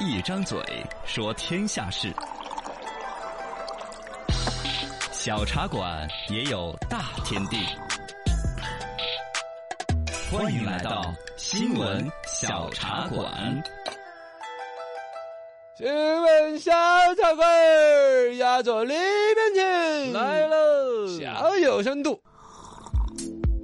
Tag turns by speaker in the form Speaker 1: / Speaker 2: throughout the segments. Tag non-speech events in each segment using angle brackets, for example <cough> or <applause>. Speaker 1: 一张嘴说天下事，小茶馆也有大天地。欢迎来到新闻小茶馆。
Speaker 2: 新闻小茶馆儿，压着里面请
Speaker 3: 来喽！
Speaker 2: 小有深度。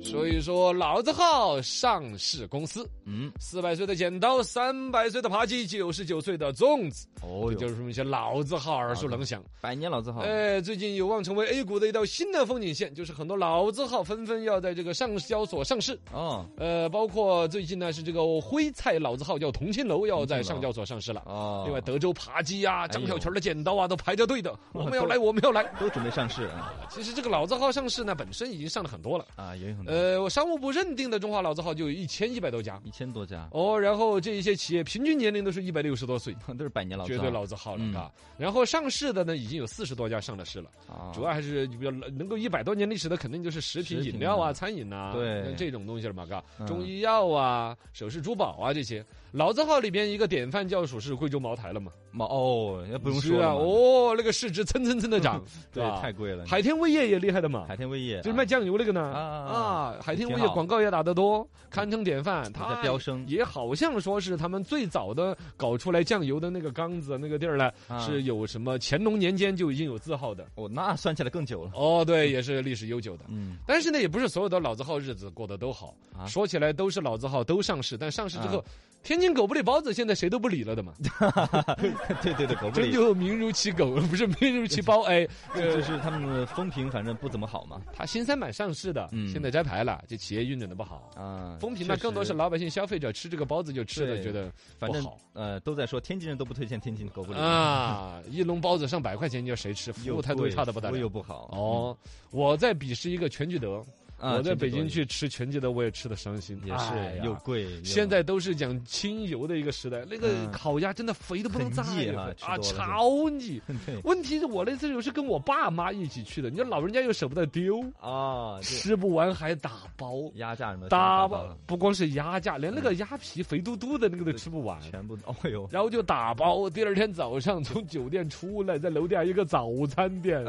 Speaker 2: 所以说，老字号上市公司，
Speaker 3: 嗯，
Speaker 2: 四百岁的剪刀，三百岁的扒鸡，九十九岁的粽子，
Speaker 3: 哦
Speaker 2: 这就是我们一些老字号耳熟能详。
Speaker 3: 百年老字号，
Speaker 2: 哎，最近有望成为 A 股的一道新的风景线，就是很多老字号纷纷要在这个上交所上市。
Speaker 3: 哦
Speaker 2: 呃，包括最近呢是这个徽菜老字号叫同庆楼要在上交所上市了。
Speaker 3: 哦，
Speaker 2: 另外，德州扒鸡啊、张
Speaker 3: 哎呦
Speaker 2: 小泉的剪刀啊，都排着
Speaker 3: <laughs>
Speaker 2: 队的。我们要来，我们要来。
Speaker 3: 都准备上市
Speaker 2: <laughs>
Speaker 3: 啊
Speaker 2: 其实这个老字号上市呢，本身已经上了很多了。
Speaker 3: 啊，也有很多，
Speaker 2: 呃，我商务部认定的中华老字号就有一千一百多家
Speaker 3: 一千多家， <laughs>
Speaker 2: 哦，然后这一些企业平均年龄都是一百六十多岁，
Speaker 3: 都是百年老字
Speaker 2: 绝
Speaker 3: 号，
Speaker 2: 对老字号了，啊。然后上市的呢，已经有四十多家上了市了，
Speaker 3: 嗯啊，
Speaker 2: 主要还是比较能够一百多年历史的，肯定就是食品
Speaker 3: 食品
Speaker 2: 饮料啊、
Speaker 3: 啊
Speaker 2: 餐饮呐，
Speaker 3: 对
Speaker 2: 像这种东西了嘛，嘎，
Speaker 3: 嗯
Speaker 2: 中医药啊、首饰珠宝啊这些。老字号里边一个典范教属是贵州茅台了嘛，
Speaker 3: 嘛哦，那不用
Speaker 2: 是
Speaker 3: 说了
Speaker 2: 啊，
Speaker 3: 嘛，
Speaker 2: 哦，那个市值蹭蹭蹭的
Speaker 3: <laughs>
Speaker 2: 涨，
Speaker 3: 对
Speaker 2: 对，吧
Speaker 3: 太贵了，
Speaker 2: 海天味业也厉害的嘛，
Speaker 3: 海天味业
Speaker 2: 就是卖酱油那个呢
Speaker 3: 啊
Speaker 2: 啊，海天味
Speaker 3: 挺
Speaker 2: 业
Speaker 3: 好
Speaker 2: 广告也打得多，堪称典范。它
Speaker 3: 在飙升
Speaker 2: 也好像说是他们最早的搞出来酱油的那个缸子那个地儿呢，
Speaker 3: 啊
Speaker 2: 是有什么乾隆年间就已经有字号的。
Speaker 3: 哦，那算起来更久了，
Speaker 2: 哦，对，也是历史悠久的。
Speaker 3: 嗯，
Speaker 2: 但是呢，也不是所有的老字号日子过得都好。
Speaker 3: 啊
Speaker 2: 说起来都是老字号都上市，但上市之后，
Speaker 3: 啊
Speaker 2: 天津狗不理包子现在谁都不理了的嘛，
Speaker 3: <laughs> 对对对，狗不
Speaker 2: 真
Speaker 3: 理。
Speaker 2: <laughs> 就名如其狗，不是名如其包。哎，
Speaker 3: 这就是他们的风评，反正不怎么好嘛。
Speaker 2: 它新三板上市的，
Speaker 3: 嗯
Speaker 2: 现在摘牌了，这企业运转的不好。
Speaker 3: 啊，
Speaker 2: 风评呢，
Speaker 3: 确实
Speaker 2: 更多是老百姓消费者吃这个包子就吃的
Speaker 3: 对
Speaker 2: 觉得
Speaker 3: 反
Speaker 2: 不
Speaker 3: 正
Speaker 2: 好
Speaker 3: 呃都在说天津人都不推荐天津狗不理，
Speaker 2: 啊，一笼包子上百块钱，你叫谁吃？服
Speaker 3: 又
Speaker 2: 务态度
Speaker 3: 贵
Speaker 2: 差的不得
Speaker 3: 服务
Speaker 2: 了
Speaker 3: 又。不好。
Speaker 2: 哦，我在鄙视一个全聚德，
Speaker 3: 啊
Speaker 2: 我在北京
Speaker 3: 全聚
Speaker 2: 去吃全聚德，我也吃的伤心，
Speaker 3: 德也
Speaker 2: 哎
Speaker 3: 是
Speaker 2: 呀
Speaker 3: 又贵。又
Speaker 2: 现在都是讲清油的一个时代，那个
Speaker 3: 嗯
Speaker 2: 烤鸭真的肥的不能再
Speaker 3: 很腻
Speaker 2: 肥
Speaker 3: 哈
Speaker 2: 啊
Speaker 3: 吃多了就
Speaker 2: 超腻。
Speaker 3: 对
Speaker 2: 问题是我那次又是跟我爸妈一起去的，你说老人家又舍不得丢，
Speaker 3: 啊，对
Speaker 2: 吃不完还打包，
Speaker 3: 压榨什么的
Speaker 2: 打
Speaker 3: 包嗯
Speaker 2: 包不光是鸭架，连那个鸭皮肥嘟嘟的那个都吃不完。
Speaker 3: 全部，哦呦，
Speaker 2: 然后就打包，第二天早上从酒店出来，在楼底下一个早餐
Speaker 3: <laughs>
Speaker 2: 店，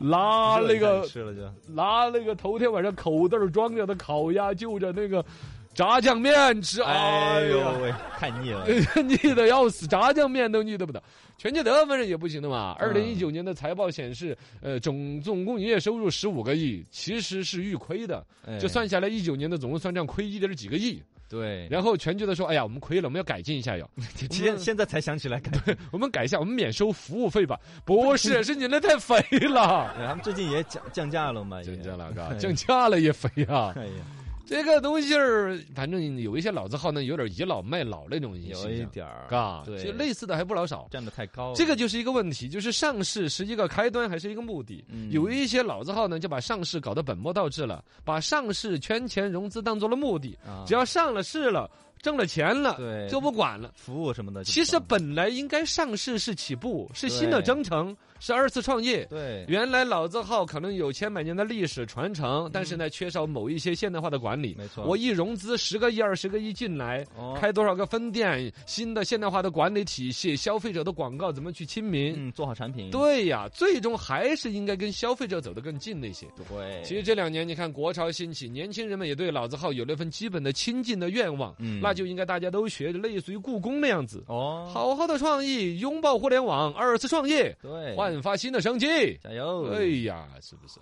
Speaker 2: 拿啊那
Speaker 3: 热一下
Speaker 2: 个
Speaker 3: 吃了就
Speaker 2: 拿那个头天晚上口袋儿装着的烤鸭，就着那个炸酱面吃，哎
Speaker 3: 哎呦
Speaker 2: 呦，
Speaker 3: 喂，太腻了，
Speaker 2: <laughs> 腻的要死，炸酱面都腻得不得。全聚德反正也不行的嘛。二
Speaker 3: 嗯
Speaker 2: 零一九年的财报显示，呃，总总共营业收入十五个亿，其实是预亏的，
Speaker 3: 哎
Speaker 2: 就算下来一九年的总共算账亏一点几个亿。
Speaker 3: 对。
Speaker 2: 然后全聚德说：“哎呀，我们亏了，我们要改进一
Speaker 3: <laughs>
Speaker 2: 下哟。”
Speaker 3: 现现在才想起来改，对
Speaker 2: 我们改一下，我们免收服务费吧？不是，是你那太肥了，
Speaker 3: 他们最近也降降价了嘛，也
Speaker 2: 降价了，嘎，
Speaker 3: 哎
Speaker 2: 降价了也肥啊！
Speaker 3: 哎呀，
Speaker 2: 这个东西儿，反正有一些老字号呢，有点倚老卖老那种形
Speaker 3: 有
Speaker 2: 象，
Speaker 3: 一点儿，
Speaker 2: 嘎，
Speaker 3: 对哦
Speaker 2: 就类似的还不老少。
Speaker 3: 站得太高了，
Speaker 2: 这个就是一个问题，就是上市是一个开端还是一个目的？
Speaker 3: 嗯
Speaker 2: 有一些老字号呢，就把上市搞得本末倒置了，把上市圈钱融资当做了目的，
Speaker 3: 啊
Speaker 2: 只要上了市了，挣了钱了，
Speaker 3: 对
Speaker 2: 就不管了。
Speaker 3: 服务什么的就不
Speaker 2: 其实
Speaker 3: 放了，
Speaker 2: 本来应该上市是起步，是新的
Speaker 3: 对
Speaker 2: 征程，是二次创业。
Speaker 3: 对，嗯
Speaker 2: 原来老字号可能有千百年的历史传承，但是呢，缺少某一些现代化的管理。
Speaker 3: 没错
Speaker 2: 我一融资十个亿、二十个亿进来，
Speaker 3: 哦
Speaker 2: 开多少个分店，新的现代化的管理体系，消费者的广告怎么去亲民？
Speaker 3: 嗯，做好产品，
Speaker 2: 对呀，最终还是应该跟消费者走得更近那些。
Speaker 3: 对，
Speaker 2: 其实这两年，你看国潮兴起，年轻人们也对老字号有了份基本的亲近的愿望，
Speaker 3: 嗯
Speaker 2: 那就应该大家都学类似于故宫那样子，
Speaker 3: 哦，，
Speaker 2: 好好的创意，拥抱互联网，二次创业，
Speaker 3: 对，
Speaker 2: 焕发新的生机。哎
Speaker 3: 加油，
Speaker 2: 哎呀，是不是？